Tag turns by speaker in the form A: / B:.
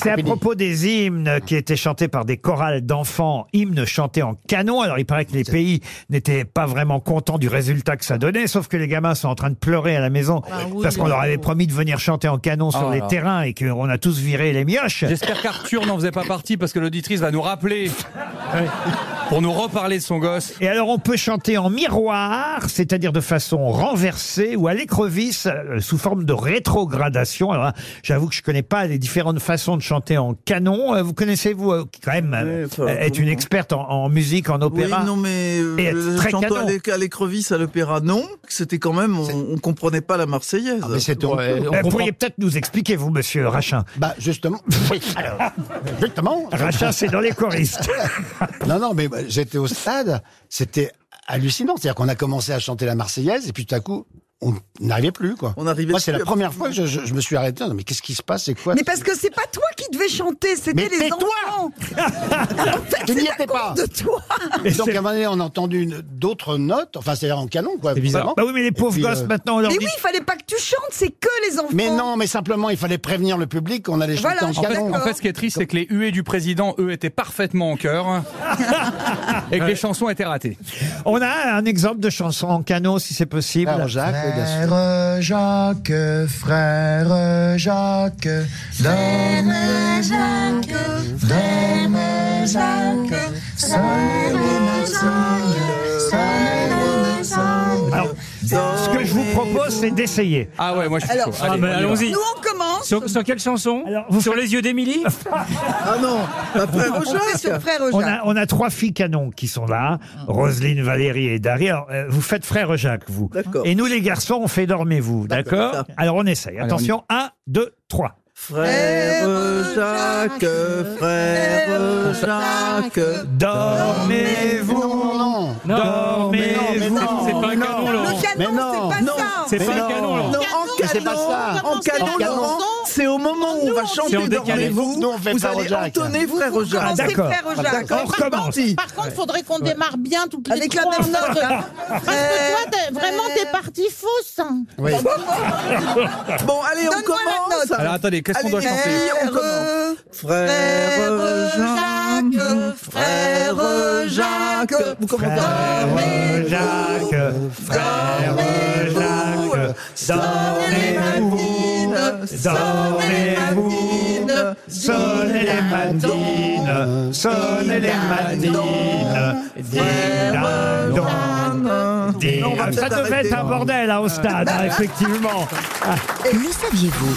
A: C'est à propos des hymnes qui étaient chantés par des chorales d'enfants, hymnes chantés en canon. Alors il paraît que les pays n'étaient pas vraiment contents du résultat que ça donnait, sauf que les gamins sont en train de pleurer à la maison
B: oui,
A: parce qu'on leur avait promis de venir chanter en canon sur
C: Ah
A: les
C: là.
A: terrains et qu'on a tous viré les mioches.
C: J'espère qu'Arthur n'en faisait pas partie parce que l'auditrice va nous rappeler pour nous reparler de son gosse.
A: Et alors on peut chanter en miroir, c'est-à-dire de façon renversée ou à l'écrevisse euh, sous forme de rétrogradation. Alors là, j'avoue que je connais pas les différentes façons de chanter en canon. Euh, Vous connaissez vous euh, qui quand même euh,
D: Oui, ça,
A: est
D: tout le
A: une
D: monde.
A: experte en, en musique, en
D: Oui,
A: opéra.
D: non, mais euh,
A: Et être
D: le
A: très
D: chanteur
A: canon.
D: à l'é- à l'écrevisse à l'opéra, non. C'était quand même, on, on comprenait pas la Marseillaise.
E: Mais c'est euh, on
A: Euh,
E: comprend-
A: pourriez peut-être nous expliquer vous monsieur Rachin.
E: Bah justement, oui, alors, justement.
A: Rachin c'est dans les choristes.
E: Non, non, mais bah, j'étais au stade, c'était hallucinant. C'est-à-dire qu'on a commencé à chanter la Marseillaise et puis tout à coup, on n'arrivait plus, quoi.
D: On n'arrivait
E: Moi, c'est
D: plus
E: la
D: à-
E: première fois que je, je- je me suis arrêté. Non, mais qu'est-ce qui se passe C'est quoi
F: Mais parce que c'est pas toi qui devais chanter,
E: Mais
F: c'était les
E: tais-toi
F: enfants
E: tu n'y étais pas.
F: de toi.
A: Et
E: Et donc,
A: c'est-
E: à un moment donné, on a entendu une- d'autres notes, enfin, c'est-à-dire en canon, quoi.
C: C'est bizarre.
E: vraiment.
A: Bah oui mais les
E: Et
A: pauvres
E: puis,
A: gosses
E: euh,
A: maintenant on leur
F: Mais
A: dit
F: oui, il fallait pas que tu chantes, c'est que les enfants.
E: Mais non, mais simplement, il fallait prévenir le public qu'on allait chanter
F: Voilà,
E: en
F: je suis
C: En fait,
E: canon.
C: en fait, ce qui est triste, c'est que les huées du président, eux, étaient parfaitement en cœur et que les chansons étaient ratées.
A: on a un exemple de chanson en canon si c'est possible.
E: Alors, Jacques, oui, bien sûr.
G: Frère Jacques, frère Jacques, donne-nous, donne-nous Jacques,
F: euh,
G: sonne-nous, sonne, sonne-nous, sonne.
A: Alors, ce que je vous propose c'est d'essayer.
C: Ah ouais, moi je suis
F: Alors,
C: chaud. Allez, on y va.
H: allons-y.
F: Nous, on commence.
H: Sur, sur quelle chanson
A: Alors, vous
H: Sur les yeux d'Émilie
D: Ah non, après
F: On fait sur Frère
A: On
F: Jacques.
A: a, on a trois filles canons qui sont là, Roselyne, Valérie et Dari. Alors, euh, vous faites frère Jacques, vous.
D: D'accord.
A: Et nous, les garçons, on fait dormir, vous.
D: D'accord.
A: D'accord Alors, on essaye. Attention, un, deux, trois.
D: Frère Jacques, frère Jacques.
A: Dormez-vous,
E: Non, non.
A: dormez-vous.
E: non,
H: C'est pas
E: mais
H: un
E: non.
H: canon, Laurent.
F: Le
E: Mais non,
F: canon, c'est pas
D: non,
F: ça.
H: C'est
E: Mais
H: pas un
E: non.
H: canon, Laurent.
D: Non, en
E: Mais c'est pas
D: canon,
E: ça.
D: en canon,
E: En canon.
D: Laurent, c'est au moment où on va
H: C'est en
D: chanter
H: décalé.
D: Dormez-vous,
E: Nous, on fait
D: vous
E: Frère
D: allez
E: Jacques.
D: entonner Frère
A: Ah,
D: Jacques.
F: C'est
A: d'accord.
F: Frère Jacques.
A: On recommence.
D: parti.
I: Par contre, faudrait qu'on démarre bien toutes les
F: Avec la
I: trois.
F: même note. hein.
I: Parce que toi, t'es- vraiment, t'es parti fausse. hein.
E: Oui.
D: Bon, allez, on
F: Donne-moi la
D: commence.
F: note.
C: Alors attendez, qu'est-ce qu'on
D: Allez,
C: doit
D: les
C: chanter
D: filles, on commence.
F: Frère
D: Frère Jacques, frère Jacques. Vous commentez
A: Frère Jacques, frère Jacques, dormez-vous, dormez-vous. Sonnez les matines, sonnez les matines.
F: Ah,
A: Dis-la-donc. Dis-
D: Non, on va
A: Ah, Ça
D: peut-être
A: devait
D: arrêter.
A: être un bordel hein, au stade, hein, effectivement.
J: Le saviez-vous